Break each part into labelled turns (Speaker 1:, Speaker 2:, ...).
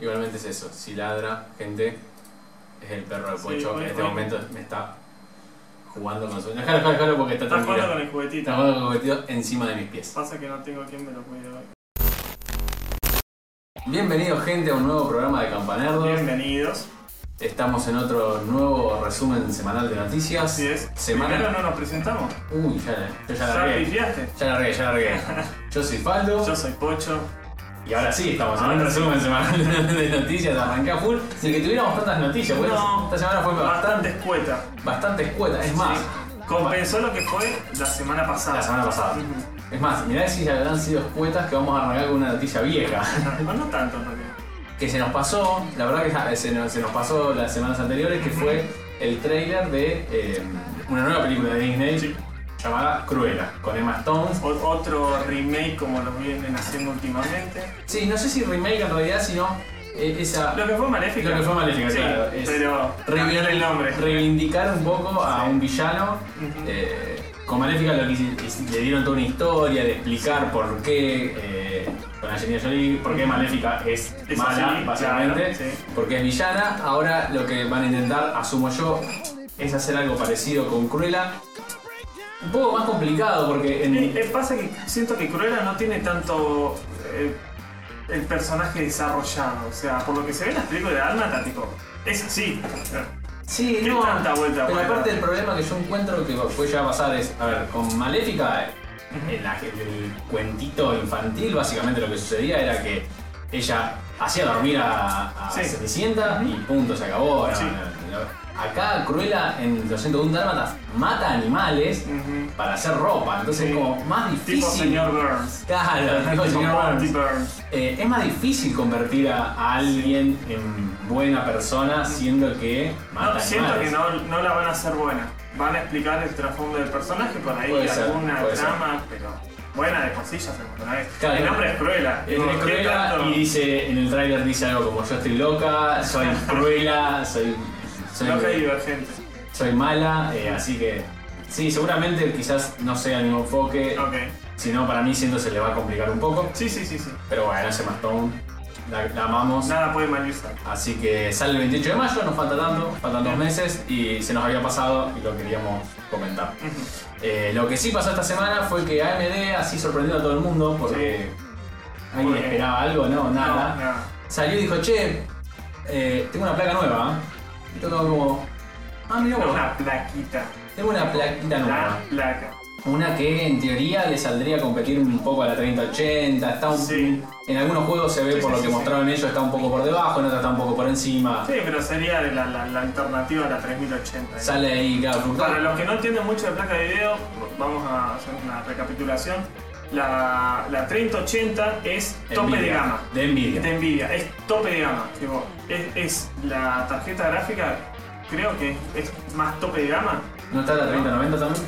Speaker 1: Igualmente es eso, si ladra, gente, es el perro de
Speaker 2: Sí,
Speaker 1: Pocho que en
Speaker 2: bueno,
Speaker 1: este
Speaker 2: bueno.
Speaker 1: momento me está jugando con su... Dejalo, dejalo, dejalo porque está
Speaker 2: Estás jugando
Speaker 1: tranquilo.
Speaker 2: con el
Speaker 1: Está
Speaker 2: juguetito.
Speaker 1: jugando con el juguetito encima de mis pies.
Speaker 2: Pasa que no tengo quien me lo cuide hoy.
Speaker 1: Bienvenidos gente a un nuevo programa de Campanerdos.
Speaker 2: Bienvenidos.
Speaker 1: Estamos en otro nuevo resumen semanal de noticias.
Speaker 2: Así es. Primero
Speaker 1: Semana.
Speaker 2: no nos presentamos.
Speaker 1: Uy, ya la, yo ya la
Speaker 2: Ya
Speaker 1: regué.
Speaker 2: pifiaste.
Speaker 1: Ya la regué, ya la regué. Yo soy Faldo.
Speaker 2: Yo soy Pocho.
Speaker 1: Y ahora sí, estamos en un
Speaker 2: Ahora sí.
Speaker 1: resumen semanal de noticias. Arranqué a full. Sin que tuviéramos tantas noticias, porque
Speaker 2: No.
Speaker 1: Esta semana fue
Speaker 2: Bastante
Speaker 1: bastante,
Speaker 2: escueta.
Speaker 1: bastante escueta. Ah. Es más,
Speaker 2: Compensó lo que fue la semana pasada.
Speaker 1: la semana pasada.
Speaker 2: Ujú.
Speaker 1: Es más, mirá si ya habrán sido escuetas que vamos a arrancar con una noticia vieja.
Speaker 2: No, Ah, no tanto en realidad.
Speaker 1: que se nos pasó, la verdad que ya- se nos, se nos pasó las semanas anteriores, que fue el trailer de eh, una nueva película de Disney
Speaker 2: Sí.
Speaker 1: llamada Cruella, con Emma Stone.
Speaker 2: O- otro remake como los vienen haciendo últimamente.
Speaker 1: Sí, no sé si remake en realidad, sino eh, esa...
Speaker 2: Lo que fue Maléfica.
Speaker 1: Lo que fue Maléfica,
Speaker 2: sí,
Speaker 1: claro, es-
Speaker 2: Pero cambiar
Speaker 1: reivindicar-
Speaker 2: el nombre.
Speaker 1: Reivindicar un poco a
Speaker 2: Sí.
Speaker 1: un villano.
Speaker 2: Ujú.
Speaker 1: eh, con Maléfica lo que hice- le dieron toda una historia de explicar por qué... eh, con Angelina Jolie, por qué Maléfica es,
Speaker 2: Es
Speaker 1: mala,
Speaker 2: así,
Speaker 1: básicamente.
Speaker 2: claro, sí.
Speaker 1: porque es villana. Ahora lo que van a intentar, asumo yo, es hacer algo parecido con Cruella. Un poco más complicado porque en-
Speaker 2: Eh, eh, pasa que siento que Cruella no tiene tanto eh, el personaje desarrollado. O sea, por lo que se ve en las películas de Almata, tipo, es así.
Speaker 1: sí,
Speaker 2: ¿Qué
Speaker 1: no,
Speaker 2: tanta vuelta
Speaker 1: pero
Speaker 2: puede
Speaker 1: aparte
Speaker 2: dar?
Speaker 1: el problema que yo encuentro que puede llegar a pasar es, a ver, con Maléfica, eh, el, el cuentito infantil, básicamente lo que sucedía era que ella hacía dormir a, a
Speaker 2: Sí.
Speaker 1: Cenicienta y punto, se acabó. era-
Speaker 2: Sí.
Speaker 1: era- acá Cruella en 201 Dálmatas mata animales
Speaker 2: Ujú.
Speaker 1: para hacer ropa, entonces
Speaker 2: Sí.
Speaker 1: es como más difícil.
Speaker 2: Tipo señor Burns.
Speaker 1: Claro, dijo el
Speaker 2: Tipo
Speaker 1: señor
Speaker 2: Monty
Speaker 1: Burns.
Speaker 2: Burns.
Speaker 1: Eh, es más difícil convertir a, a alguien en buena persona siendo que mata
Speaker 2: No, siento que
Speaker 1: animales.
Speaker 2: no, no la van a hacer buena. Van a explicar el trasfondo del personaje por ahí
Speaker 1: Puede ser,
Speaker 2: alguna
Speaker 1: puede ser.
Speaker 2: trama, pero buena de cosillas alguna vez.
Speaker 1: Claro.
Speaker 2: el nombre es Cruella.
Speaker 1: Eh,
Speaker 2: Digo,
Speaker 1: es
Speaker 2: ¿qué
Speaker 1: Cruella
Speaker 2: tanto?
Speaker 1: y dice, en el tráiler dice algo como yo estoy loca, soy cruela, soy, soy,
Speaker 2: Loca y divergente.
Speaker 1: soy mala, eh, así que sí, seguramente quizás no sea el mismo enfoque,
Speaker 2: Ok.
Speaker 1: sino para mí siento se le va a complicar un poco,
Speaker 2: Sí, sí, sí, sí.
Speaker 1: pero bueno, ese Stone, la, la amamos.
Speaker 2: Nada puede malvisar.
Speaker 1: Así que sale el 28 de mayo, nos falta tanto, faltan dos meses y se nos había pasado y lo queríamos comentar. Eh, lo que sí pasó esta semana fue que AMD así sorprendió a todo el mundo porque alguien
Speaker 2: Porque-
Speaker 1: esperaba algo, no, nada.
Speaker 2: No, nada.
Speaker 1: Salió y dijo, che, eh, tengo una placa nueva. ¿eh?". Y todo como, ah, mira,
Speaker 2: No, una plaquita.
Speaker 1: tengo una plaquita nueva.
Speaker 2: La placa.
Speaker 1: Una que en teoría le saldría a competir un poco a la 3080, está un-
Speaker 2: Sí.
Speaker 1: en algunos juegos se ve
Speaker 2: Sí,
Speaker 1: por
Speaker 2: sí,
Speaker 1: lo que
Speaker 2: sí, sí.
Speaker 1: mostraron ellos, está un poco por debajo, en otras está un poco por encima.
Speaker 2: Sí, pero sería la, la, la alternativa a la 3080. ¿eh?
Speaker 1: Sale ahí, claro,
Speaker 2: Para
Speaker 1: fructal.
Speaker 2: los que no entienden mucho de placa de video, vamos a hacer una recapitulación. La, la 3080 es tope de
Speaker 1: Nvidia.
Speaker 2: gama. Este
Speaker 1: De Nvidia.
Speaker 2: De Nvidia, es tope de gama. Tipo, es, es la tarjeta gráfica, creo que es más tope de gama.
Speaker 1: ¿No está la 3090 también?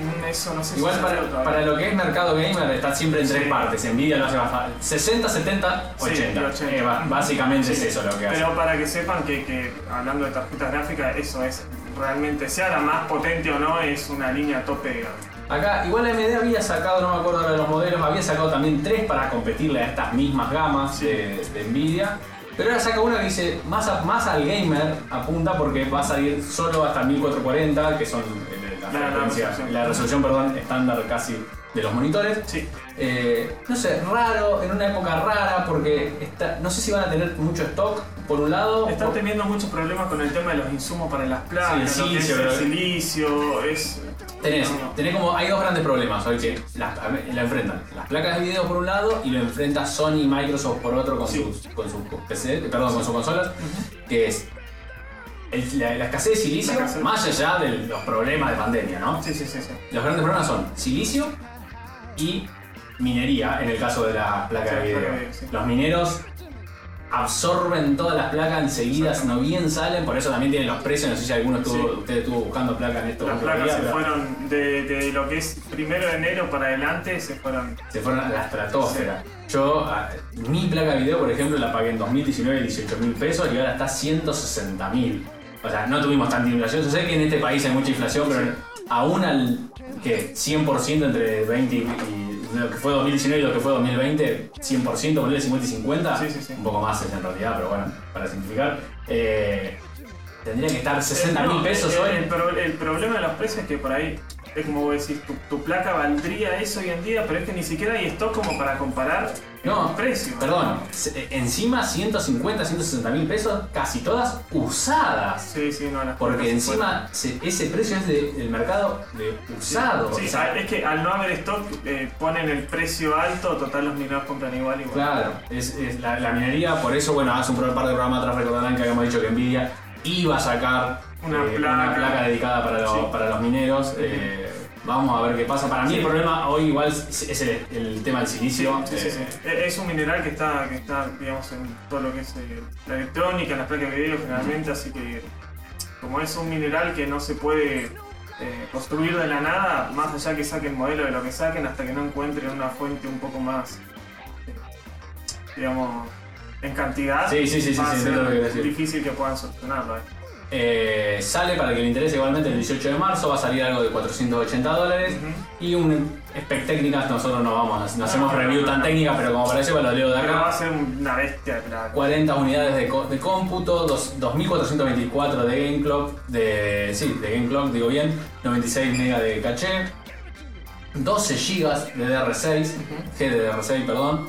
Speaker 2: Mm, Eso no sé
Speaker 1: Igual
Speaker 2: si salió
Speaker 1: para,
Speaker 2: todavía.
Speaker 1: para lo que es mercado gamer está siempre en tres
Speaker 2: Sí.
Speaker 1: partes. Nvidia lo hace bajar 60, 70,
Speaker 2: Sí,
Speaker 1: 80.
Speaker 2: 80.
Speaker 1: Eh, ba- básicamente
Speaker 2: Sí.
Speaker 1: es eso lo que hace.
Speaker 2: Pero para que sepan que, que hablando de tarjetas gráficas, eso es realmente, sea la más potente o no, es una línea tope de gama.
Speaker 1: Acá, igual AMD había sacado, no me acuerdo ahora de los modelos, había sacado también tres para competirle a estas mismas gamas
Speaker 2: Sí.
Speaker 1: de, de Nvidia. Pero ahora saca una que dice más, a- más al gamer apunta porque va a salir solo hasta 1440, que son eh, la,
Speaker 2: La- la
Speaker 1: frecuencia-
Speaker 2: resolución.
Speaker 1: la resolución perdón, estándar casi de los monitores.
Speaker 2: Sí,
Speaker 1: Eh, no sé, raro, en una época rara, porque está- no sé si van a tener mucho stock, por un lado.
Speaker 2: están
Speaker 1: por-
Speaker 2: teniendo muchos problemas con el tema de los insumos para las placas,
Speaker 1: Sí, el
Speaker 2: lo que es
Speaker 1: silicio,
Speaker 2: el
Speaker 1: pero-
Speaker 2: silicio, es...
Speaker 1: tenés,
Speaker 2: no, no.
Speaker 1: tenés como, hay dos grandes problemas hoy que las, a ver, la enfrentan. Las placas de video por un lado y lo enfrenta Sony y Microsoft por otro con
Speaker 2: Sí.
Speaker 1: sus, con sus PC, eh, perdón, con sus consolas, que es el- la, la escasez de silicio,
Speaker 2: La escasez.
Speaker 1: más allá de los problemas de pandemia, ¿no?
Speaker 2: Sí, sí, sí, sí.
Speaker 1: Los grandes problemas son silicio y minería, en el caso de la placa de
Speaker 2: Sí,
Speaker 1: video.
Speaker 2: placa de video, sí.
Speaker 1: Los mineros absorben todas las placas enseguida, si no bien salen, por eso también tienen los precios, no sé si alguno estuvo,
Speaker 2: Sí.
Speaker 1: usted estuvo buscando placas en estos
Speaker 2: Las
Speaker 1: últimos
Speaker 2: placas
Speaker 1: días,
Speaker 2: se
Speaker 1: pero
Speaker 2: fueron de, de lo que es primero de enero para adelante, se fueron...
Speaker 1: se fueron a la estratosfera. Yo, a- mi placa de video, por ejemplo, la pagué en 2019 18 mil pesos y ahora está 160 mil. O sea, no tuvimos tanta inflación. Yo sé que en este país hay mucha inflación, pero aún al que 100% entre 20 y lo que fue 2019 y lo que fue 2020, 100%, ponerle 50 y 50,
Speaker 2: Sí, sí, sí.
Speaker 1: un poco más es en realidad, pero bueno, para simplificar, eh, tendría que estar 60 mil
Speaker 2: No,
Speaker 1: pesos
Speaker 2: el,
Speaker 1: hoy.
Speaker 2: el pro- el problema de los precios es que por ahí, es como vos decís, tu, tu placa valdría eso hoy en día, pero es que ni siquiera hay stock como para comparar
Speaker 1: No,
Speaker 2: los precios.
Speaker 1: Perdón, se- eh, encima 150, 160 mil pesos, casi todas usadas.
Speaker 2: Sí, sí, no, las placas
Speaker 1: Porque
Speaker 2: se
Speaker 1: encima se- ese precio es de- del mercado de usado.
Speaker 2: Sí,
Speaker 1: o sea,
Speaker 2: a- es que al no haber stock eh, ponen el precio alto, total los mineros compran igual igual.
Speaker 1: Claro, es, es la, la minería, por eso, bueno, hace un par de programas atrás recordarán que habíamos dicho que Nvidia iba a sacar
Speaker 2: Una
Speaker 1: eh,
Speaker 2: placa.
Speaker 1: dedicada para, los-
Speaker 2: Sí.
Speaker 1: para los mineros. eh, vamos a ver qué pasa. Para mí
Speaker 2: Sí.
Speaker 1: el problema hoy igual es, es el, el tema del silicio.
Speaker 2: Sí, sí, sí.
Speaker 1: eh,
Speaker 2: E- Es un mineral que está, que está, digamos, en todo lo que es eh, la electrónica, las placas de video generalmente, así que como es un mineral que no se puede eh, construir de la nada, más allá que saquen modelo de lo que saquen, hasta que no encuentren una fuente un poco más, eh, digamos, en cantidad,
Speaker 1: Sí, sí, sí, sí,
Speaker 2: va a
Speaker 1: sí,
Speaker 2: ser
Speaker 1: entiendo lo que querés decir.
Speaker 2: difícil que puedan solucionarlo. eh.
Speaker 1: eh, sale para que le interese igualmente el 18 de marzo, va a salir algo de 480 dólares. Y un spec técnicas, nosotros no vamos, a- no hacemos review tan técnica, pero como parece, bueno, lo leo de
Speaker 2: Pero va
Speaker 1: acá.
Speaker 2: a ser una bestia de placa.
Speaker 1: 40 unidades de, co- de cómputo, dos- 2424 de game clock, de, sí, de game clock, digo bien, 96 MB de caché, 12 GB de DDR6, GDDR6, perdón,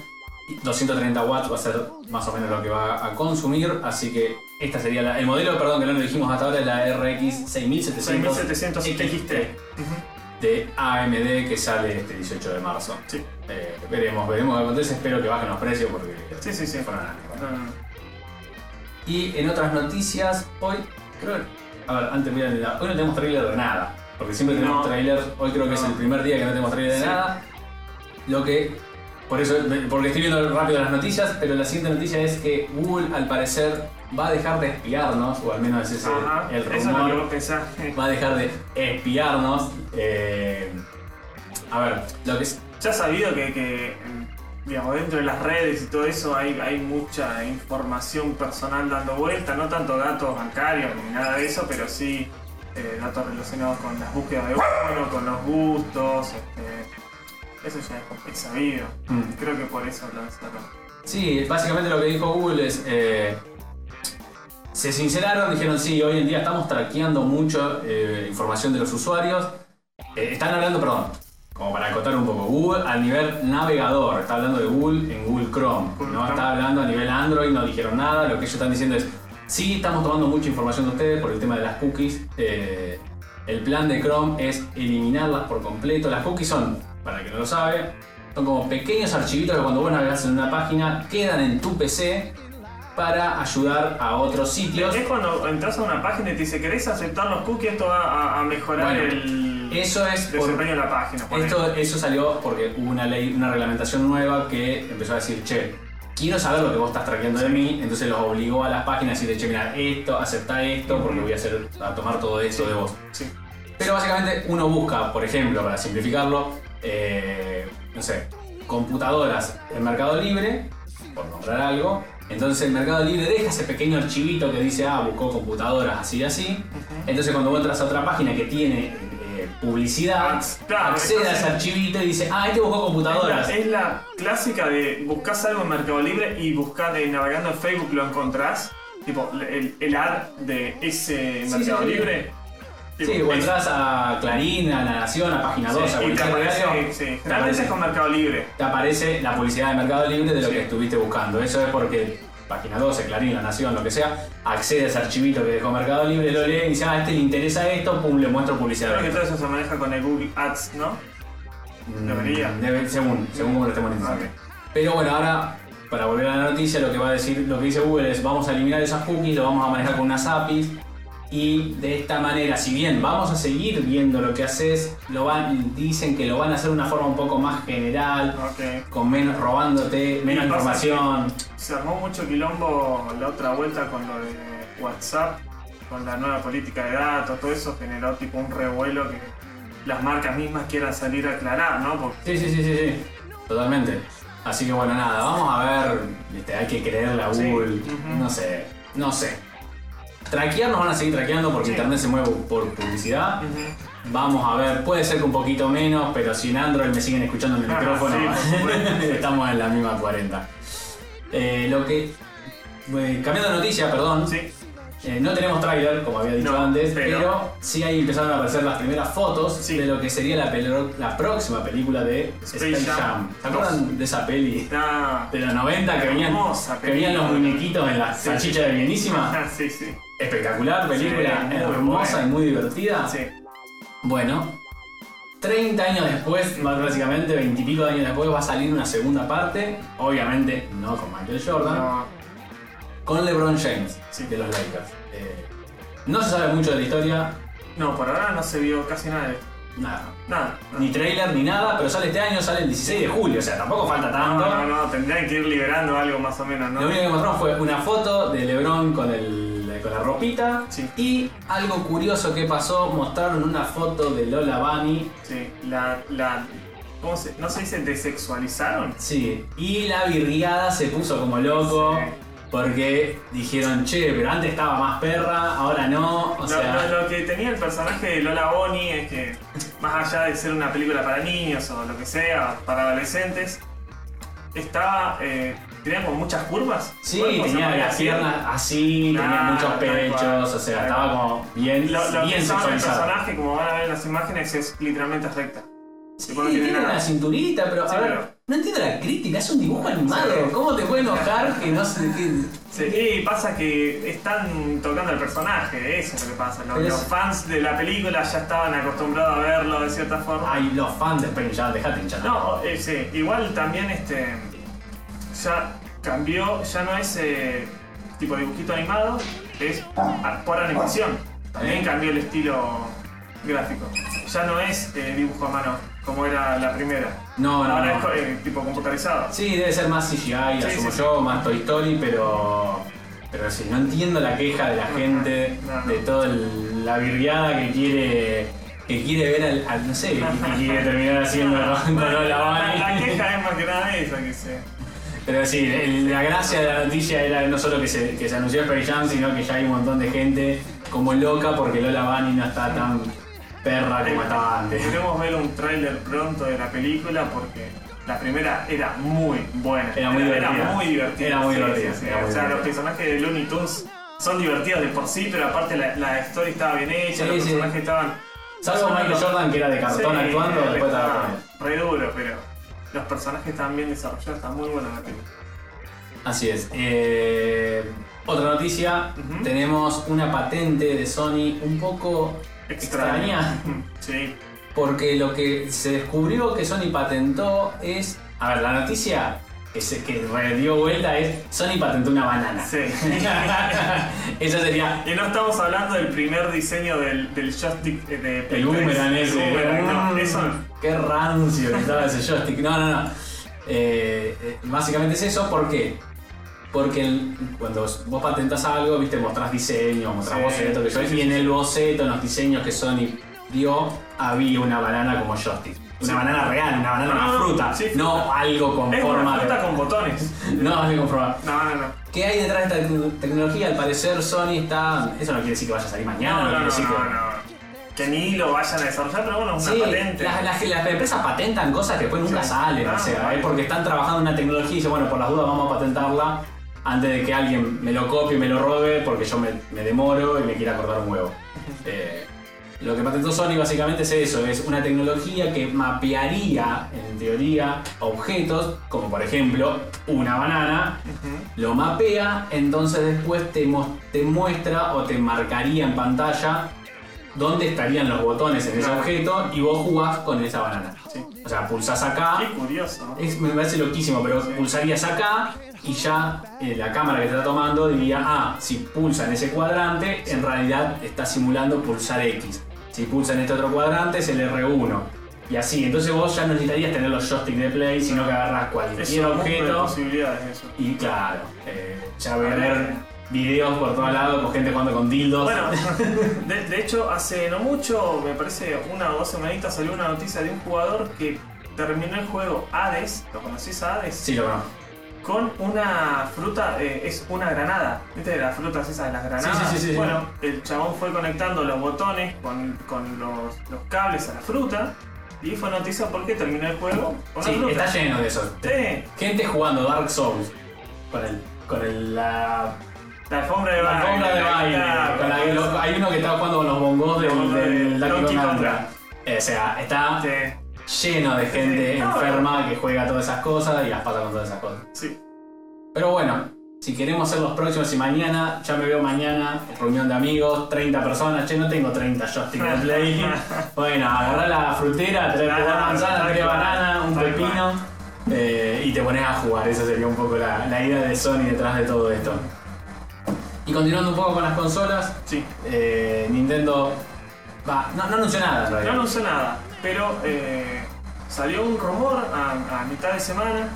Speaker 1: y 230 watts va a ser más o menos lo que va a consumir, así que esta sería la, el modelo, perdón, que no lo dijimos hasta ahora, es la RX 6700
Speaker 2: 6700 XT.
Speaker 1: de AMD que sale este 18 de marzo.
Speaker 2: Sí.
Speaker 1: Eh, veremos, veremos qué acontece, espero que bajen los precios porque
Speaker 2: Sí, sí, sí.
Speaker 1: se fueron a la mierda.
Speaker 2: No, no, no.
Speaker 1: Y en otras noticias, hoy creo que. A ver, antes voy a mirar. Hoy no tenemos trailer de nada. Porque siempre tenemos
Speaker 2: No.
Speaker 1: trailer. Hoy creo que es
Speaker 2: No.
Speaker 1: el primer día que no tenemos trailer de
Speaker 2: Sí.
Speaker 1: nada. Lo que. Por eso, porque estoy viendo rápido las noticias, pero la siguiente noticia es que Google al parecer va a dejar de espiarnos, o al menos ese es el-
Speaker 2: Ajá,
Speaker 1: el
Speaker 2: eso es lo que
Speaker 1: rumor
Speaker 2: vos pensás.
Speaker 1: va a dejar de espiarnos. Eh, a ver, lo que es.
Speaker 2: Ya has sabido que, que, digamos, dentro de las redes y todo eso hay, hay mucha información personal dando vuelta, no tanto datos bancarios ni nada de eso, pero sí eh, datos relacionados con las búsquedas de uno, con los gustos, este, eso ya es, es sabido.
Speaker 1: Mm.
Speaker 2: Creo que por eso lo lanzaron.
Speaker 1: Sí, básicamente lo que dijo Google es. eh, se sinceraron, dijeron, sí, hoy en día estamos traqueando mucho eh, información de los usuarios. Eh, están hablando, perdón, como para acotar un poco, Google al nivel navegador, está hablando de Google en Google Chrome,
Speaker 2: Google
Speaker 1: no
Speaker 2: Chrome.
Speaker 1: está hablando a nivel Android, no dijeron nada, lo que ellos están diciendo es, sí, estamos tomando mucha información de ustedes por el tema de las cookies. Eh, el plan de Chrome es eliminarlas por completo. Las cookies son, para el que no lo sabe, son como pequeños archivitos que cuando vos navegas en una página quedan en tu PC para ayudar a otros sitios.
Speaker 2: Es cuando entras a una página y te dice, ¿querés aceptar los cookies? Esto va a, a mejorar
Speaker 1: Bueno,
Speaker 2: el
Speaker 1: Eso es por-
Speaker 2: desempeño de la página. ponele.
Speaker 1: Esto, eso salió porque hubo una ley, una reglamentación nueva que empezó a decir, che, quiero saber lo que vos estás traqueando de mí, entonces los obligó a las páginas a decirle, che, mira, esto, aceptá esto, porque voy a, hacer, a tomar todo eso de vos.
Speaker 2: Sí.
Speaker 1: Pero básicamente uno busca, por ejemplo, para simplificarlo, eh, no sé, computadoras en Mercado Libre, por nombrar algo. Entonces el Mercado Libre deja ese pequeño archivito que dice, ah, buscó computadoras así y así. Entonces cuando vos entras a otra página que tiene eh, publicidad,
Speaker 2: Ah, claro,
Speaker 1: accede a
Speaker 2: entonces-
Speaker 1: ese archivito y dice, ah, este buscó computadoras.
Speaker 2: Es la clásica de buscas algo en Mercado Libre y buscas eh, navegando en Facebook lo encontrás. Tipo, el, el ad de ese
Speaker 1: Sí,
Speaker 2: Mercado
Speaker 1: sí, sí.
Speaker 2: Libre. Tipo,
Speaker 1: Sí, o
Speaker 2: es-
Speaker 1: entras a Clarín, a La Nación, a Página 2,
Speaker 2: Este sí,
Speaker 1: a
Speaker 2: y te
Speaker 1: cualquier
Speaker 2: aparece,
Speaker 1: diario,
Speaker 2: sí,
Speaker 1: te
Speaker 2: Generalmente
Speaker 1: aparece
Speaker 2: es con Mercado Libre.
Speaker 1: te aparece la publicidad de Mercado Libre de lo
Speaker 2: Sí.
Speaker 1: que estuviste buscando. Eso es porque Página 12, Clarín, La Nación, lo que sea, accede a ese archivito que dejó Mercado Libre, lo lee y dice, ah, a este le interesa esto, pum, le muestro publicidad.
Speaker 2: Creo que
Speaker 1: de
Speaker 2: todo eso se maneja con el Google Ads, ¿no?
Speaker 1: Mm,
Speaker 2: debería.
Speaker 1: debe- según, según cómo lo esté monetizando.
Speaker 2: Ah, Ok.
Speaker 1: Pero bueno, ahora, para volver a la noticia, lo que va a decir, lo que dice Google es, vamos a eliminar esas cookies, lo vamos a manejar con unas APIs. Y de esta manera, si bien vamos a seguir viendo lo que haces, lo van, dicen que lo van a hacer de una forma un poco más general,
Speaker 2: Ok.
Speaker 1: con menos robándote, menos
Speaker 2: Y pasa
Speaker 1: información.
Speaker 2: Se armó mucho quilombo la otra vuelta con lo de WhatsApp, con la nueva política de datos, todo eso generó tipo un revuelo que las marcas mismas quieran salir a aclarar, ¿no? Porque
Speaker 1: Sí, sí, sí, sí, sí. Totalmente. Así que bueno, nada, vamos a ver. viste, hay que creerle a
Speaker 2: Sí.
Speaker 1: Google.
Speaker 2: Ujú.
Speaker 1: No sé, no sé. Traquear nos van a seguir traqueando porque
Speaker 2: Sí.
Speaker 1: internet se mueve por publicidad. Vamos a ver, puede ser que un poquito menos, pero si en Android me siguen escuchando en el
Speaker 2: Ah,
Speaker 1: micrófono,
Speaker 2: sí, por supuesto.
Speaker 1: estamos en la misma 40. Eh, lo que. eh, cambiando de noticia, perdón.
Speaker 2: Sí.
Speaker 1: Eh, no tenemos trailer, como había dicho
Speaker 2: No,
Speaker 1: antes, pero,
Speaker 2: pero-
Speaker 1: sí ahí empezaron a aparecer las primeras fotos
Speaker 2: Sí.
Speaker 1: de lo que sería la, pelo- la próxima película de Space,
Speaker 2: Space
Speaker 1: Jam.
Speaker 2: Jam.
Speaker 1: ¿Se acuerdan de esa peli
Speaker 2: Está.
Speaker 1: de los 90 que venían,
Speaker 2: Hermosa
Speaker 1: que venían los
Speaker 2: película.
Speaker 1: muñequitos en la salchicha de Bienísima?
Speaker 2: Ah, sí, sí.
Speaker 1: Espectacular película,
Speaker 2: Sí, muy
Speaker 1: hermosa
Speaker 2: buena.
Speaker 1: y muy divertida.
Speaker 2: Sí.
Speaker 1: Bueno, 30 años después, más básicamente 20 y pico de años después, va a salir una segunda parte. Obviamente no con Michael Jordan,
Speaker 2: No,
Speaker 1: con LeBron James
Speaker 2: Sí.
Speaker 1: de los Lakers. Eh, no se sabe mucho de la historia,
Speaker 2: no, por ahora no se vio casi nada de
Speaker 1: nada.
Speaker 2: Nada.
Speaker 1: Ni trailer ni nada, pero sale este año, sale el 16 de julio, o sea, tampoco falta
Speaker 2: No,
Speaker 1: tanto.
Speaker 2: no, no, tendrían que ir liberando algo más o menos,
Speaker 1: Lo
Speaker 2: ¿no?
Speaker 1: único que mostraron fue una foto de LeBron con, el, con la ropita
Speaker 2: Sí.
Speaker 1: y algo curioso que pasó, mostraron una foto de Lola Bunny
Speaker 2: Sí, la. la ¿Cómo se.? ¿No se dice desexualizaron?
Speaker 1: Sí, y la virriada se puso como loco
Speaker 2: Sí.
Speaker 1: porque dijeron, che, pero antes estaba más perra, ahora no, o
Speaker 2: Lo,
Speaker 1: sea...
Speaker 2: lo- lo que tenía el personaje de Lola Bonnie es que, más allá de ser una película para niños o lo que sea, para adolescentes, estaba. Eh, tenía como muchas curvas.
Speaker 1: Sí,
Speaker 2: Cuerpo, se
Speaker 1: tenía
Speaker 2: llama
Speaker 1: las
Speaker 2: así.
Speaker 1: piernas así, tenía
Speaker 2: Claro,
Speaker 1: muchos
Speaker 2: tal
Speaker 1: pechos,
Speaker 2: cual.
Speaker 1: o sea,
Speaker 2: Tal
Speaker 1: estaba
Speaker 2: cual.
Speaker 1: como bien,
Speaker 2: Lo, lo que
Speaker 1: bien
Speaker 2: estaba el
Speaker 1: sexualizado.
Speaker 2: personaje, como van a ver en las imágenes, es literalmente recta.
Speaker 1: Sí,
Speaker 2: tipo, no tiene
Speaker 1: tiene
Speaker 2: nada.
Speaker 1: una cinturita, pero
Speaker 2: Sí,
Speaker 1: a ver,
Speaker 2: pero-
Speaker 1: no entiendo la crítica, es un dibujo animado.
Speaker 2: Sí.
Speaker 1: ¿Cómo te puede enojar que no se que-
Speaker 2: Sí, y pasa que están tocando el personaje, eso es lo que pasa. Los,
Speaker 1: Pero
Speaker 2: los
Speaker 1: es-
Speaker 2: fans de la película ya estaban acostumbrados a verlo de cierta forma.
Speaker 1: Ay, los fans de Spain Jam, dejate hinchar.
Speaker 2: No, eh, sí, igual también este. Ya cambió, ya no es eh, tipo dibujito animado, es a- por animación. También cambió el estilo gráfico. Ya no es eh, dibujo a mano, como era la primera.
Speaker 1: No, no,
Speaker 2: Ahora
Speaker 1: no.
Speaker 2: es eh, tipo computarizado.
Speaker 1: Sí, debe ser más CGI, asumo
Speaker 2: sí, sí.
Speaker 1: yo, más Toy Story, pero. Pero sí, no entiendo la queja de la gente,
Speaker 2: no, no.
Speaker 1: de toda el- la virriada que quiere. que quiere ver al. al- no sé, que quiere terminar haciendo con con Lola
Speaker 2: La, la
Speaker 1: Bunny.
Speaker 2: queja es más que nada esa que se.
Speaker 1: Pero sí, el- la gracia de la noticia era no solo que se, que se anunció Space Jam, sino que ya hay un montón de gente como loca porque Lola Bunny no está tan perra como estaba antes.
Speaker 2: Queremos ver un tráiler pronto de la película porque la primera era muy buena.
Speaker 1: Era muy divertida.
Speaker 2: muy divertida.
Speaker 1: Era muy
Speaker 2: sí,
Speaker 1: divertida,
Speaker 2: sí, sí.
Speaker 1: era muy
Speaker 2: o sea,
Speaker 1: divertida.
Speaker 2: los personajes de Looney Tunes son divertidos de por sí, pero aparte la, la historia estaba bien hecha,
Speaker 1: Sí,
Speaker 2: los
Speaker 1: sí.
Speaker 2: personajes estaban.
Speaker 1: Salvo Michael Jordan que era de cartón
Speaker 2: Sí,
Speaker 1: actuando,
Speaker 2: él
Speaker 1: después estaba
Speaker 2: estaba
Speaker 1: con él.
Speaker 2: Re duro, pero los personajes están bien desarrollados, está muy buena la película.
Speaker 1: Así es. Eh, otra noticia,
Speaker 2: Ujú.
Speaker 1: tenemos una patente de Sony un poco extraña,
Speaker 2: Sí,
Speaker 1: porque lo que se descubrió que Sony patentó es... A ver, la noticia que, se, que re- dio vuelta es Sony patentó una banana.
Speaker 2: sí.
Speaker 1: Esa sería...
Speaker 2: Y no estamos hablando del primer diseño del, del joystick eh, de Play
Speaker 1: El boomerang
Speaker 2: 3.
Speaker 1: ese.
Speaker 2: El boomerang, no,
Speaker 1: Mm,
Speaker 2: eso no.
Speaker 1: Qué rancio que estaba ese joystick. No, no, no. Eh, eh, básicamente es eso, ¿por qué? Porque el- cuando vos patentas algo, viste, mostrás diseños, mostrás
Speaker 2: Sí,
Speaker 1: bocetos, que yo-
Speaker 2: sí, sí,
Speaker 1: y en
Speaker 2: sí.
Speaker 1: el boceto, en los diseños que Sony dio, había una banana como joystick. Una
Speaker 2: Sí.
Speaker 1: banana real, una banana,
Speaker 2: No,
Speaker 1: una
Speaker 2: no,
Speaker 1: fruta,
Speaker 2: sí, fruta.
Speaker 1: no algo con
Speaker 2: Es
Speaker 1: forma
Speaker 2: una
Speaker 1: de-
Speaker 2: fruta con botones.
Speaker 1: No, algo con forma.
Speaker 2: No, no, no.
Speaker 1: ¿Qué hay detrás de esta tec- tecnología? Al parecer Sony está... Eso no quiere decir que vaya a salir mañana,
Speaker 2: No,
Speaker 1: no,
Speaker 2: no, no,
Speaker 1: quiere decir que...
Speaker 2: no, no. Que ni lo vayan a desarrollar, pero bueno, es una
Speaker 1: Sí,
Speaker 2: patente.
Speaker 1: Las, las- las empresas patentan cosas que después nunca
Speaker 2: Sí.
Speaker 1: salen,
Speaker 2: Ah,
Speaker 1: o sea,
Speaker 2: vale.
Speaker 1: es porque están trabajando en una tecnología y dicen, bueno, por las dudas vamos a patentarla antes de que alguien me lo copie, me lo robe, porque yo me, me demoro y me quiera cortar un huevo. Eh, lo que patentó Sony básicamente es eso, es una tecnología que mapearía, en teoría, objetos, como por ejemplo una banana,
Speaker 2: Ujú.
Speaker 1: lo mapea, entonces después te, mos- te muestra o te marcaría en pantalla dónde estarían los botones en ese
Speaker 2: Claro.
Speaker 1: objeto y vos jugás con esa banana.
Speaker 2: Sí.
Speaker 1: O sea, pulsás acá,
Speaker 2: Qué curioso. ¿no?
Speaker 1: es- me parece loquísimo, pero pulsarías acá y ya eh, la cámara que te está tomando diría, ah, si pulsa en ese cuadrante, en realidad está simulando pulsar X. Si pulsa en este otro cuadrante es el R1. Y así, entonces vos ya no necesitarías tener los joystick de play, sino que agarras
Speaker 2: Es
Speaker 1: cualquier
Speaker 2: un mundo de
Speaker 1: objeto.
Speaker 2: posibilidades eso.
Speaker 1: Y claro, eh, ya voy a ver videos por todos lados con gente jugando con dildos.
Speaker 2: Bueno, de, de hecho, hace no mucho, me parece una o dos semanitas, salió una noticia de un jugador que terminó el juego Hades. ¿Lo conocís a Hades?
Speaker 1: sí, lo conozco.
Speaker 2: con una fruta, eh, es una granada. ¿Viste de las frutas esas de las granadas?
Speaker 1: Sí, sí, sí, sí.
Speaker 2: Bueno, el chabón fue conectando los botones con, con los, los cables a la fruta. Y fue noticia porque terminó el juego con
Speaker 1: Sí,
Speaker 2: la fruta.
Speaker 1: está lleno de eso.
Speaker 2: Sí,
Speaker 1: Gente jugando Dark Souls con el. con el. la.
Speaker 2: la alfombra de
Speaker 1: la
Speaker 2: baile.
Speaker 1: alfombra de baile.
Speaker 2: la-
Speaker 1: con la- los- hay uno que está jugando con los bongos del,
Speaker 2: Con
Speaker 1: del
Speaker 2: el
Speaker 1: Donkey
Speaker 2: Donkey
Speaker 1: Kong
Speaker 2: Konga.
Speaker 1: Eh, O sea, está
Speaker 2: Sí,
Speaker 1: lleno de gente
Speaker 2: Sí, no,
Speaker 1: enferma que juega todas esas cosas y las pasa con todas esas cosas.
Speaker 2: sí.
Speaker 1: Pero bueno, si queremos ser los próximos y mañana, ya me veo mañana, reunión de amigos, 30 personas, che, no tengo 30 joystick de play. bueno, agarrá la frutera, trae
Speaker 2: Claro,
Speaker 1: una manzana,
Speaker 2: tal
Speaker 1: tres
Speaker 2: cual,
Speaker 1: bananas, un
Speaker 2: tal
Speaker 1: pepino eh, y te pones a jugar. Esa sería un poco la, la idea de Sony detrás de todo esto. Y continuando un poco con las consolas,
Speaker 2: sí.
Speaker 1: eh, Nintendo va, no, no anunció nada en
Speaker 2: No
Speaker 1: realidad.
Speaker 2: anunció nada, pero eh, salió un rumor a, a mitad de semana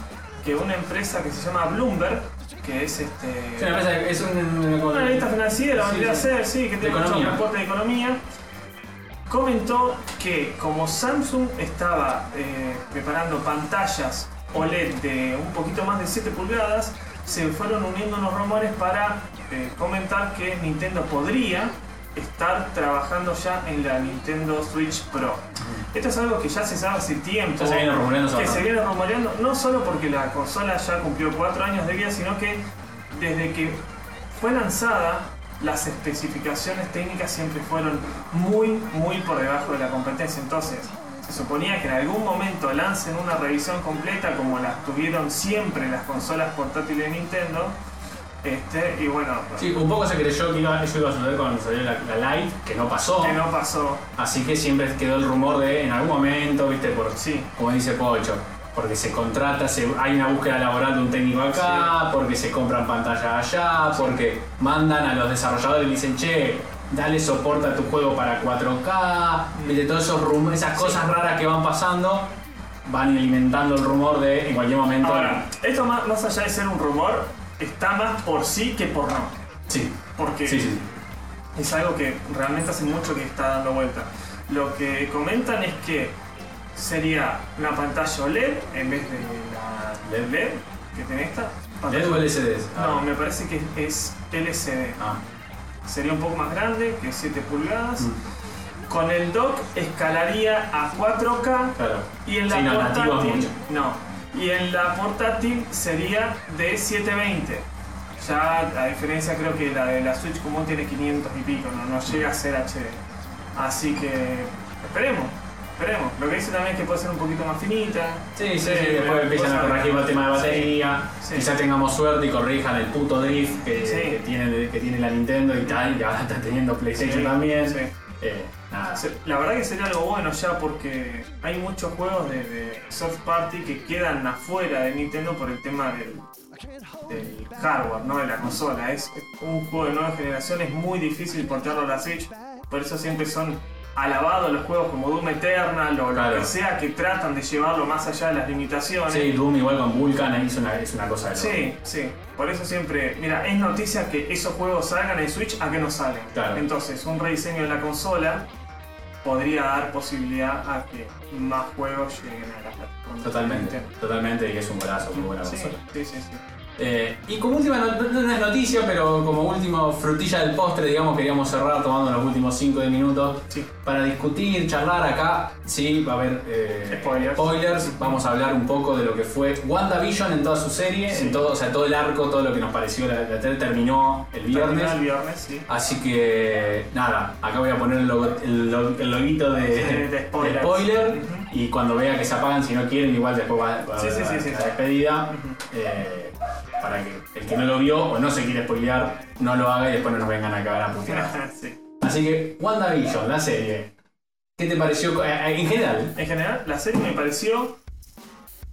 Speaker 2: que una empresa que se llama Bloomberg, que es
Speaker 1: Es una
Speaker 2: este,
Speaker 1: empresa que- es un-
Speaker 2: una analista financiera,
Speaker 1: Sí,
Speaker 2: vendría a
Speaker 1: sí.
Speaker 2: ser, sí, que tiene mucho
Speaker 1: economía.
Speaker 2: reporte de economía, comentó que como Samsung estaba eh, preparando pantallas OLED de un poquito más de 7 pulgadas, se fueron uniendo unos rumores para eh, comentar que Nintendo podría estar trabajando ya en la Nintendo Switch Pro. Esto es algo que ya se sabe hace tiempo.
Speaker 1: Ya se viene rumoreando hace
Speaker 2: Que se
Speaker 1: rato.
Speaker 2: viene rumoreando, no solo porque la consola ya cumplió 4 años de vida, sino que desde que fue lanzada, las especificaciones técnicas siempre fueron muy, muy por debajo de la competencia. Entonces, se suponía que en algún momento lancen una revisión completa como las tuvieron siempre las consolas portátiles de Nintendo. Este, y bueno,
Speaker 1: Sí, un poco se creyó que iba, eso iba a suceder cuando salió la, la Lite, que no pasó.
Speaker 2: que no pasó.
Speaker 1: Así que siempre quedó el rumor de en algún momento, viste, por
Speaker 2: Sí.
Speaker 1: como dice Pocho, porque se contrata, se- hay una búsqueda laboral de un técnico acá, porque se compran pantallas allá, porque mandan a los desarrolladores y dicen, che, dale soporte a tu juego para 4K, viste, todos esos rumores, esas cosas raras que van pasando, van alimentando el rumor de en cualquier momento.
Speaker 2: Ahora, esto más, más allá de ser un rumor, está más por sí que por no.
Speaker 1: sí,
Speaker 2: Porque
Speaker 1: sí, sí, sí.
Speaker 2: es algo que realmente hace mucho que está dando vuelta. Lo que comentan es que sería una pantalla OLED en vez de la
Speaker 1: LED.
Speaker 2: LED, que tiene esta.
Speaker 1: ¿LED E o LCD?
Speaker 2: No, me parece que es LCD.
Speaker 1: Ah.
Speaker 2: Sería un poco más grande, que 7 pulgadas. Con el dock escalaría a 4K
Speaker 1: Mm. Claro.
Speaker 2: y en la
Speaker 1: Sí, no, nativo es
Speaker 2: portátil,
Speaker 1: mucho.
Speaker 2: no. Y en la portátil sería de 720. Ya a diferencia creo que la de la Switch común tiene 500 y pico, no, no llega a ser HD. Así que esperemos, esperemos. Lo que dice también es que puede ser un poquito más finita.
Speaker 1: Sí, sí, sí,
Speaker 2: Eh,
Speaker 1: después empiezan a
Speaker 2: cosas-
Speaker 1: corregir el tema de
Speaker 2: Sí.
Speaker 1: batería.
Speaker 2: sí.
Speaker 1: Quizás tengamos suerte y corrijan el puto drift que,
Speaker 2: Sí.
Speaker 1: que tiene, que tiene la Nintendo y tal, y ahora está teniendo PlayStation
Speaker 2: Sí,
Speaker 1: también.
Speaker 2: sí.
Speaker 1: Eh, nada.
Speaker 2: Se- La verdad que sería algo bueno ya porque hay muchos juegos de, de soft party que quedan afuera de Nintendo por el tema del, del hardware, ¿no? De la consola. Es, es un juego de nueva generación, es muy difícil portarlo a la Switch. Por eso siempre son alabados los juegos como Doom Eternal o
Speaker 1: Claro.
Speaker 2: lo que sea que tratan de llevarlo más allá de las limitaciones.
Speaker 1: Sí, Doom igual con Vulcan es una, es una cosa de loco.
Speaker 2: Sí, sí. Por eso siempre, mira, es noticia que esos juegos salgan en Switch a que no salen.
Speaker 1: Claro.
Speaker 2: Entonces, un rediseño de la consola podría dar posibilidad a que más juegos lleguen a la plataforma.
Speaker 1: Totalmente, totalmente, y es un brazo, muy buena
Speaker 2: Sí,
Speaker 1: consola.
Speaker 2: sí, sí, sí.
Speaker 1: Eh, y como última, no, no- no es noticia, pero como último frutilla del postre, digamos, queríamos cerrar tomando los últimos 5 minutos
Speaker 2: Sí.
Speaker 1: para discutir, charlar acá. Sí, va a haber eh,
Speaker 2: Spoilers.
Speaker 1: Vamos a hablar un poco de lo que fue WandaVision en toda su serie,
Speaker 2: Sí.
Speaker 1: en todo, o sea, todo el arco, todo lo que nos pareció la, la tele terminó el viernes.
Speaker 2: Terminó El viernes, sí.
Speaker 1: Así que nada, acá voy a poner el, logo- el lo- el loguito de,
Speaker 2: Sí, de spoilers.
Speaker 1: de spoiler,
Speaker 2: Ujú.
Speaker 1: y cuando vea que se apagan, si no quieren, igual después va, va a
Speaker 2: Sí,
Speaker 1: haber
Speaker 2: sí,
Speaker 1: la,
Speaker 2: sí, sí,
Speaker 1: la
Speaker 2: sí.
Speaker 1: despedida. eh, para que el que no lo vio o no se quiere spoilear, no lo haga y después no nos vengan a cagar a putear.
Speaker 2: sí.
Speaker 1: Así que, WandaVision, la serie. ¿Qué te pareció eh, eh, en general?
Speaker 2: En general, la serie me pareció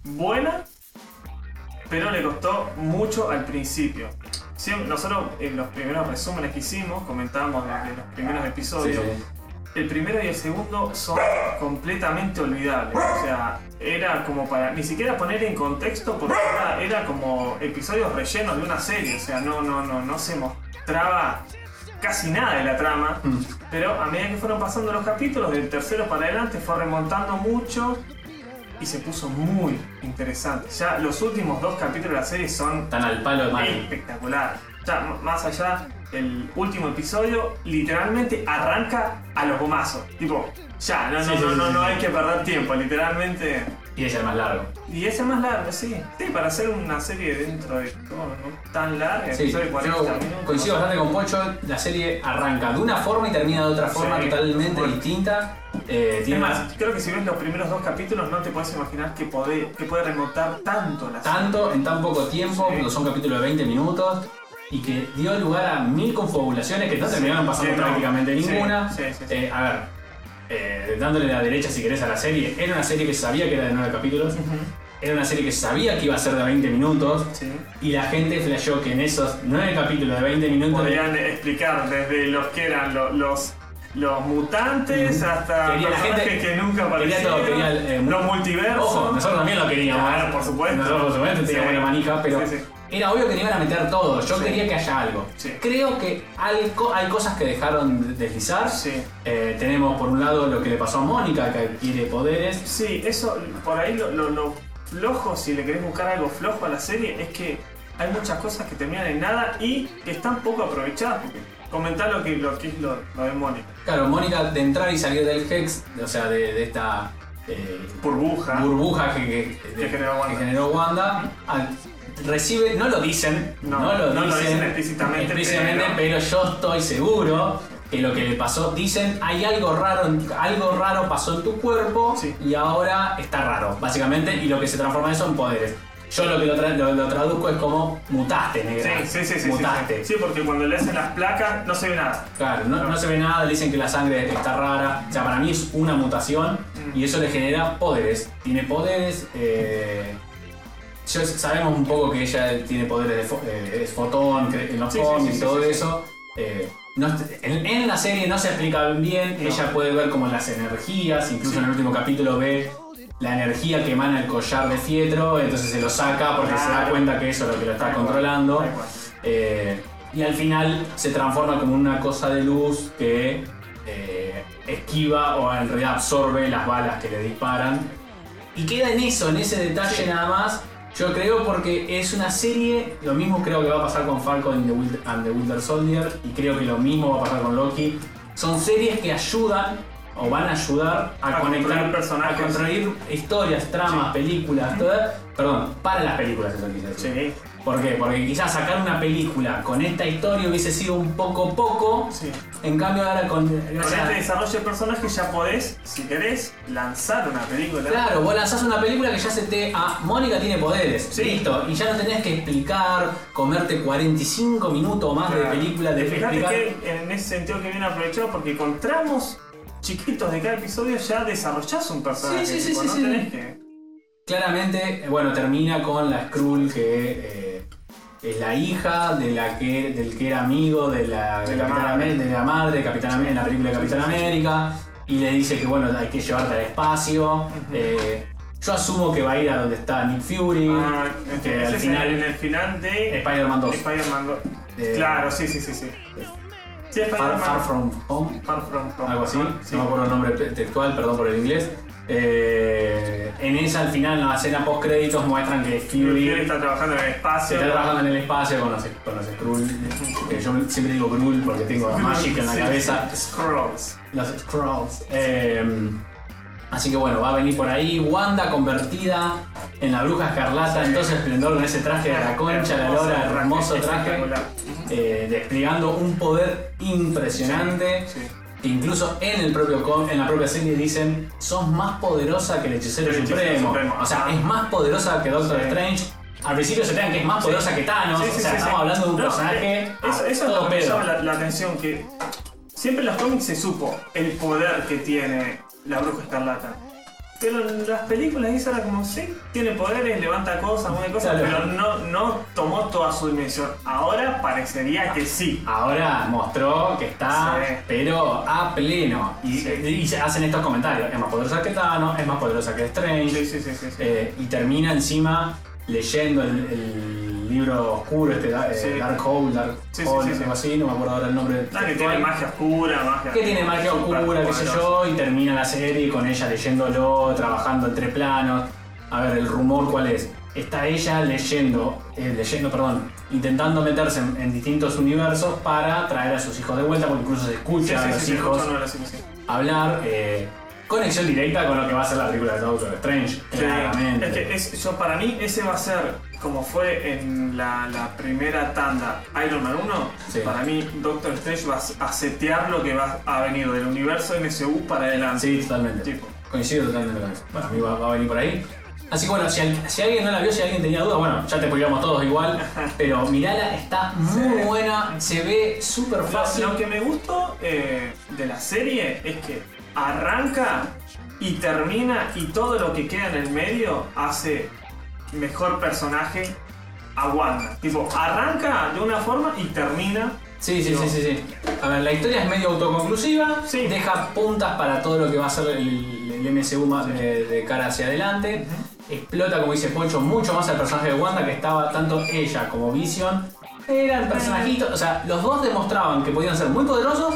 Speaker 2: buena, pero le costó mucho al principio. Siem- nosotros en los primeros resúmenes que hicimos comentábamos de, de los primeros episodios. El primero y el segundo son completamente olvidables. O sea, era como para ni siquiera poner en contexto porque era, era como episodios rellenos de una serie. O sea, no, no, no, no se mostraba casi nada de la trama.
Speaker 1: Mm.
Speaker 2: Pero a medida que fueron pasando los capítulos, del tercero para adelante fue remontando mucho. y se puso muy interesante. Ya los últimos dos capítulos de la serie son
Speaker 1: Están al palo de Mati.
Speaker 2: espectaculares. Ya m- más allá, el último episodio literalmente arranca a los gomazos. Tipo, ya, no, no,
Speaker 1: Sí,
Speaker 2: no,
Speaker 1: sí, sí,
Speaker 2: no,
Speaker 1: sí,
Speaker 2: no
Speaker 1: sí.
Speaker 2: hay que perder tiempo, literalmente.
Speaker 1: Y es el más largo.
Speaker 2: Y ese más largo, sí. Sí, para hacer una serie dentro de todo, ¿no? Tan larga,
Speaker 1: Sí,
Speaker 2: episodio de 40
Speaker 1: yo
Speaker 2: minutos.
Speaker 1: coincido bastante con Pocho, la serie arranca de una forma y termina de otra forma
Speaker 2: Sí.
Speaker 1: totalmente
Speaker 2: Bueno.
Speaker 1: distinta. Eh,
Speaker 2: Es
Speaker 1: tiene
Speaker 2: más, creo que si ves los primeros dos capítulos no te puedes imaginar que, podé- que puede remontar tanto la serie.
Speaker 1: tanto en tan poco tiempo,
Speaker 2: Sí.
Speaker 1: porque son capítulos de 20 minutos, y que dio lugar a mil confabulaciones que no
Speaker 2: Sí,
Speaker 1: terminaron pasando
Speaker 2: sí, no.
Speaker 1: prácticamente
Speaker 2: Sí,
Speaker 1: ninguna.
Speaker 2: sí, sí, sí.
Speaker 1: Eh, a ver, eh, dándole la derecha si querés a la serie, era una serie que sabía que era de 9 capítulos, era una serie que sabía que iba a ser de 20 minutos,
Speaker 2: Sí.
Speaker 1: y la gente flasheó que en esos 9 capítulos de 20 minutos
Speaker 2: Podrían explicar desde los que eran lo- los, los mutantes hasta
Speaker 1: Quería la
Speaker 2: personajes
Speaker 1: gente-
Speaker 2: que nunca
Speaker 1: quería todo,
Speaker 2: aparecieron,
Speaker 1: quería, eh, mu-
Speaker 2: los multiversos.
Speaker 1: Ojo, nosotros también lo queríamos.
Speaker 2: Claro, por supuesto.
Speaker 1: Nosotros, por supuesto, teníamos
Speaker 2: Sí.
Speaker 1: la manija, pero
Speaker 2: Sí, sí.
Speaker 1: era obvio que no iban a meter todo. Yo
Speaker 2: Sí.
Speaker 1: quería que haya algo.
Speaker 2: Sí.
Speaker 1: Creo que algo, hay cosas que dejaron de- deslizar.
Speaker 2: Sí.
Speaker 1: Eh, tenemos por un lado lo que le pasó a Mónica, que adquiere poderes.
Speaker 2: Sí, eso, por ahí lo, lo- lo flojo, si le querés buscar algo flojo a la serie, es que hay muchas cosas que terminan en nada y que están poco aprovechadas. Porque comentá lo que, lo que es lo, lo de Mónica.
Speaker 1: Claro, Mónica de entrar y salir del Hex, o sea, de, de esta eh,
Speaker 2: Burbuja.
Speaker 1: burbuja que, que- de-
Speaker 2: Que generó Wanda.
Speaker 1: que generó Wanda, al- recibe, no lo dicen, no,
Speaker 2: No,
Speaker 1: lo,
Speaker 2: no lo
Speaker 1: dicen,
Speaker 2: dicen explícitamente,
Speaker 1: explícitamente, pero... yo estoy seguro que lo que le pasó, dicen, hay algo raro, en- algo raro pasó en tu cuerpo
Speaker 2: Sí.
Speaker 1: y ahora está raro, básicamente, y lo que se transforma en eso en poderes. Yo lo que lo, tra- lo- lo traduzco es como mutaste,
Speaker 2: Sí,
Speaker 1: negra.
Speaker 2: sí, sí, sí, sí,
Speaker 1: mutaste.
Speaker 2: sí. Sí, porque cuando le hacen las placas no se ve nada.
Speaker 1: Claro, no, no se ve nada, dicen que la sangre está rara. O sea, para mí es una mutación y eso le genera poderes. Tiene poderes. eh, yo- sabemos un poco que ella tiene poderes de fo- eh, es fotón cre- en los
Speaker 2: Sí, sí,
Speaker 1: cómics
Speaker 2: sí,
Speaker 1: y
Speaker 2: sí,
Speaker 1: todo
Speaker 2: sí, sí.
Speaker 1: eso. Eh, no est- en, en la serie no se explica bien.
Speaker 2: No.
Speaker 1: Ella puede ver como las energías, incluso
Speaker 2: Sí.
Speaker 1: en el último capítulo ve la energía que emana el collar de fietro, entonces se lo saca porque se da
Speaker 2: Claro.
Speaker 1: cuenta que eso es lo que lo está
Speaker 2: Tal cual,
Speaker 1: controlando.
Speaker 2: tal cual.
Speaker 1: Eh, y al final se transforma como una cosa de luz que eh, esquiva o en realidad absorbe las balas que le disparan. Y queda en eso, en ese detalle nada más. Yo creo porque es una serie, lo mismo creo que va a pasar con Falcon and the Wil- and the Winter Soldier y creo que lo mismo va a pasar con Loki. Son series que ayudan o van a ayudar a,
Speaker 2: A
Speaker 1: conectar
Speaker 2: construir personajes.
Speaker 1: a construir historias, tramas, películas, todo. Perdón, para las películas eso quise decir.
Speaker 2: Sí,
Speaker 1: ¿Por qué? Porque quizás sacar una película con esta historia hubiese sido un poco poco.
Speaker 2: sí.
Speaker 1: En cambio ahora con... o
Speaker 2: Con
Speaker 1: sea,
Speaker 2: este desarrollo de personaje ya podés, si querés, lanzar una película.
Speaker 1: claro, vos lanzás una película que ya se te... Ah, Mónica tiene poderes.
Speaker 2: Sí.
Speaker 1: Listo. Y ya no tenés que explicar, comerte 45 minutos más de
Speaker 2: Claro.
Speaker 1: película de
Speaker 2: Fíjate
Speaker 1: explicar.
Speaker 2: que en ese sentido que bien aprovechado porque con tramos chiquitos de cada episodio ya desarrollás un personaje.
Speaker 1: Sí, sí, sí,
Speaker 2: tipo,
Speaker 1: sí,
Speaker 2: no
Speaker 1: sí.
Speaker 2: tenés que.
Speaker 1: Claramente, eh, bueno, termina con la Skrull que eh, es la hija de la que, del que era amigo de la, de
Speaker 2: De la
Speaker 1: Capitán
Speaker 2: madre.
Speaker 1: Amé- de la madre de Capitán Amé- en la película de Capitán
Speaker 2: Sí, sí, sí.
Speaker 1: América y le dice que bueno, hay que llevarte al espacio. Eh, yo asumo que va a ir a donde está Nick Fury,
Speaker 2: Ah,
Speaker 1: que
Speaker 2: ese
Speaker 1: al
Speaker 2: es
Speaker 1: final
Speaker 2: en el final de
Speaker 1: Spider-Man 2.
Speaker 2: Spider-Man dos.
Speaker 1: Eh,
Speaker 2: claro, sí, sí, sí, sí. Sí,
Speaker 1: Far,
Speaker 2: Spider-Man.
Speaker 1: Far From Home,
Speaker 2: Far From Home.
Speaker 1: algo así,
Speaker 2: Sí.
Speaker 1: no me acuerdo el nombre te- textual, perdón por el inglés. Eh, en esa al final, en la escena post créditos muestran que
Speaker 2: Y
Speaker 1: Fury
Speaker 2: Fury está trabajando en el
Speaker 1: Se
Speaker 2: espacio.
Speaker 1: está trabajando en el espacio con los, con los Skrull. que yo siempre digo Skrull porque tengo a Magic en la
Speaker 2: Sí,
Speaker 1: cabeza.
Speaker 2: Scrolls.
Speaker 1: Los Skrulls. Eh, así que bueno, va a venir por ahí. Wanda convertida en la bruja escarlata, entonces esplendor con ese traje de la concha, la
Speaker 2: Hermoso
Speaker 1: lora,
Speaker 2: traje,
Speaker 1: hermoso traje.
Speaker 2: espectacular.
Speaker 1: eh, desplegando un poder impresionante.
Speaker 2: Sí.
Speaker 1: que E Incluso en, el propio, com- en la propia serie dicen, sos más poderosa que el hechicero,
Speaker 2: Que el hechicero
Speaker 1: supremo.
Speaker 2: supremo.
Speaker 1: O sea,
Speaker 2: Ajá.
Speaker 1: es más poderosa que Doctor
Speaker 2: Sí.
Speaker 1: Strange. Al principio se crean que es más poderosa que Thanos.
Speaker 2: Sí,
Speaker 1: Ah,
Speaker 2: sí,
Speaker 1: o sea,
Speaker 2: sí,
Speaker 1: estamos
Speaker 2: sí.
Speaker 1: hablando de un
Speaker 2: No,
Speaker 1: personaje.
Speaker 2: eh, Eso,
Speaker 1: a
Speaker 2: eso es
Speaker 1: todo
Speaker 2: lo que me
Speaker 1: pedo.
Speaker 2: llama la, la atención, que siempre en los cómics se supo el poder que tiene la bruja escarlata. Pero en las películas dice ahora como, sí, tiene poderes, levanta cosas, mueve cosas,
Speaker 1: Claro.
Speaker 2: pero no, no tomó toda su dimensión. Ahora parecería que sí.
Speaker 1: Ahora mostró que está,
Speaker 2: Sí.
Speaker 1: pero a pleno. Y,
Speaker 2: Sí.
Speaker 1: y se hacen estos comentarios: es más poderosa que Thanos, es más poderosa que Strange.
Speaker 2: Sí, sí, sí, sí. sí.
Speaker 1: Eh, y termina encima leyendo el, el libro oscuro, este da- eh,
Speaker 2: Sí.
Speaker 1: Dark Hole, Dark
Speaker 2: Sí, sí,
Speaker 1: Hole,
Speaker 2: sí, sí.
Speaker 1: algo así, no me acuerdo ahora el nombre.
Speaker 2: Ah, que tiene magia oscura, magia.
Speaker 1: que tiene magia
Speaker 2: super
Speaker 1: oscura, qué sé
Speaker 2: poderosa.
Speaker 1: yo, y termina la serie con ella leyéndolo, trabajando entre planos. A ver, el rumor cuál es. Está ella leyendo, eh, leyendo, perdón, intentando meterse en, en distintos universos para traer a sus hijos de vuelta, porque incluso se
Speaker 2: Sí,
Speaker 1: escucha
Speaker 2: sí,
Speaker 1: a
Speaker 2: sí,
Speaker 1: los
Speaker 2: sí,
Speaker 1: hijos
Speaker 2: escucho, no, la sigo, sí.
Speaker 1: hablar. eh, conexión directa con lo que va a ser la película de Doctor Strange,
Speaker 2: Sí,
Speaker 1: claramente.
Speaker 2: Es que es- yo, para mí ese va a ser, como fue en la, la primera tanda Iron Man 1,
Speaker 1: Sí.
Speaker 2: para mí Doctor Strange va a setear lo que va a venir del universo MCU para adelante.
Speaker 1: Sí, totalmente.
Speaker 2: Tipo.
Speaker 1: Coincido totalmente con eso. Bueno, a mí va, va a venir por ahí. Así que bueno, si, al- si alguien no la vio, si alguien tenía dudas, bueno, ya te spoileamos todos igual. Pero mirala, está muy
Speaker 2: Sí.
Speaker 1: buena, se ve súper fácil.
Speaker 2: Lo, lo que me gustó eh, de la serie es que arranca y termina y todo lo que queda en el medio hace mejor personaje a Wanda. Tipo, arranca de una forma y termina.
Speaker 1: Sí, sí, sí, sí, sí. A ver, la historia es medio autoconclusiva,
Speaker 2: Sí.
Speaker 1: deja puntas para todo lo que va a ser el, el MCU más de, de cara hacia adelante. Explota, como dice Pocho, mucho más el personaje de Wanda, que estaba tanto ella como Vision. Eran personajitos, o sea, los dos demostraban que podían ser muy poderosos,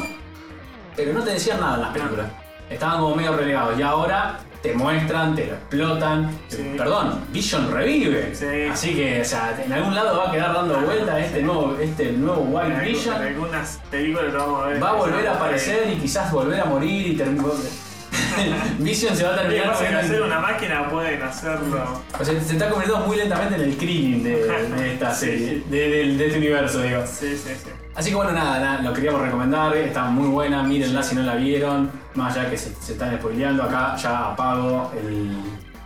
Speaker 1: pero no te decían nada en las películas. Estaban como medio relegados y ahora te muestran, te lo explotan.
Speaker 2: Sí.
Speaker 1: Perdón, Vision revive.
Speaker 2: Sí. Ah,
Speaker 1: Así que, o sea, en algún lado va a quedar dando vuelta este nuevo, este nuevo
Speaker 2: En
Speaker 1: White
Speaker 2: algu- en
Speaker 1: Vision.
Speaker 2: algunas películas lo vamos a ver.
Speaker 1: Va a volver a aparecer y quizás volver a morir y terminar. Vision se va a
Speaker 2: Que
Speaker 1: terminar.
Speaker 2: pasen a hacer
Speaker 1: siendo-
Speaker 2: una máquina, pueden hacerlo.
Speaker 1: O sea, se está convirtiendo muy lentamente en el Krillin de, de esta
Speaker 2: Sí.
Speaker 1: serie, de, del- de este universo, digo.
Speaker 2: Sí, sí, sí.
Speaker 1: Así que bueno, nada, nada, lo queríamos recomendar, está muy buena, mírenla si no la vieron, más allá que se, se están spoileando, acá ya apago el,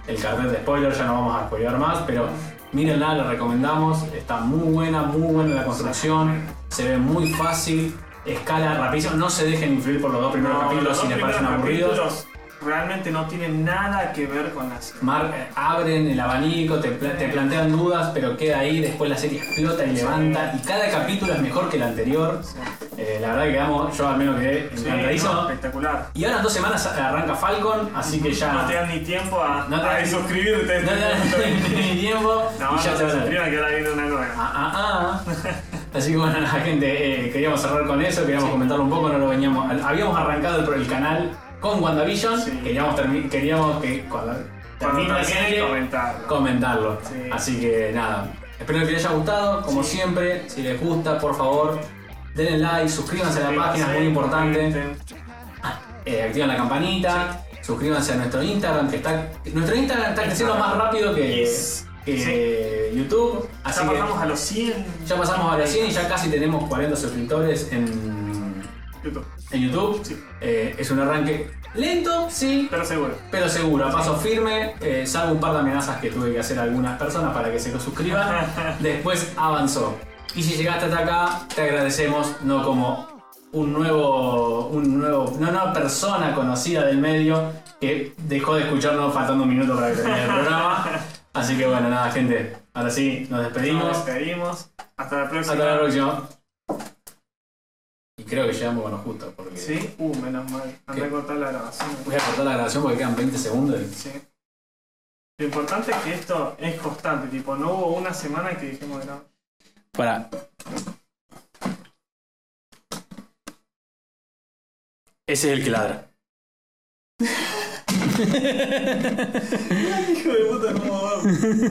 Speaker 1: el cartel de spoiler, ya no vamos a spoilear más, pero mírenla, la recomendamos, está muy buena, muy buena la construcción, se ve muy fácil, escala rapidísimo, no se dejen influir por los dos primeros
Speaker 2: No,
Speaker 1: capítulos
Speaker 2: los
Speaker 1: si
Speaker 2: dos
Speaker 1: les
Speaker 2: primeros
Speaker 1: parecen aburridos.
Speaker 2: capítulos Realmente no tienen nada que ver con la serie.
Speaker 1: Mar, eh, abren el abanico, te, pla- te plantean dudas, pero queda ahí, después la serie explota y levanta, y cada capítulo es mejor que el anterior. Eh, la verdad que quedamos, yo al menos quedé
Speaker 2: Sí,
Speaker 1: encantadísimo.
Speaker 2: no, espectacular.
Speaker 1: Y ahora en dos semanas arranca Falcon, así que ya
Speaker 2: No te dan ni tiempo a,
Speaker 1: No te
Speaker 2: a
Speaker 1: dan-
Speaker 2: suscribirte.
Speaker 1: no te dan ni tiempo
Speaker 2: No,
Speaker 1: y
Speaker 2: no
Speaker 1: ya te van
Speaker 2: se
Speaker 1: a ver.
Speaker 2: suscriban que ahora viene una nueva.
Speaker 1: Ah, ah, ah. Así que bueno, la gente, eh, queríamos cerrar con eso, queríamos comentarlo un poco, no lo veníamos. al- Habíamos arrancado el, el canal con WandaVision,
Speaker 2: Sí.
Speaker 1: queríamos, termi- queríamos que cuando termine
Speaker 2: Cuando
Speaker 1: la
Speaker 2: termine,
Speaker 1: serie
Speaker 2: comentarlo.
Speaker 1: comentarlo.
Speaker 2: Sí.
Speaker 1: Así que nada, espero que les haya gustado, como
Speaker 2: Sí.
Speaker 1: siempre, si les gusta, por favor, denle like, suscríbanse a la página, es muy importante. Eh, activan la campanita, suscríbanse a nuestro Instagram, que está. Nuestro Instagram está creciendo más rápido que,
Speaker 2: Yes.
Speaker 1: que YouTube. Así
Speaker 2: ya
Speaker 1: que
Speaker 2: pasamos a los 100.
Speaker 1: ya pasamos a la 100 y ya casi tenemos 40 suscriptores en,
Speaker 2: YouTube.
Speaker 1: en YouTube.
Speaker 2: Sí.
Speaker 1: Eh, es un arranque lento, sí,
Speaker 2: Pero seguro.
Speaker 1: pero seguro, a paso firme, eh, salvo un par de amenazas que tuve que hacer a algunas personas para que se lo suscriban. Después avanzó. Y si llegaste hasta acá, te agradecemos, no como un nuevo, un nuevo, no una persona conocida del medio que dejó de escucharnos faltando un minuto para que termine el programa. Así que bueno, nada, gente. Ahora sí, nos
Speaker 2: Nos
Speaker 1: despedimos.
Speaker 2: despedimos. Hasta la próxima.
Speaker 1: Hasta la próxima. Y creo que llegamos con lo justo, porque
Speaker 2: Sí. Uh, menos mal. Andá
Speaker 1: ¿Qué?
Speaker 2: a cortar la grabación.
Speaker 1: voy a cortar la grabación porque quedan 20 segundos. y-
Speaker 2: Sí. Lo importante es que esto es constante, tipo, no hubo una semana que dijimos no.
Speaker 1: Para. Ese es el que ladra.
Speaker 2: Hijo de puta, no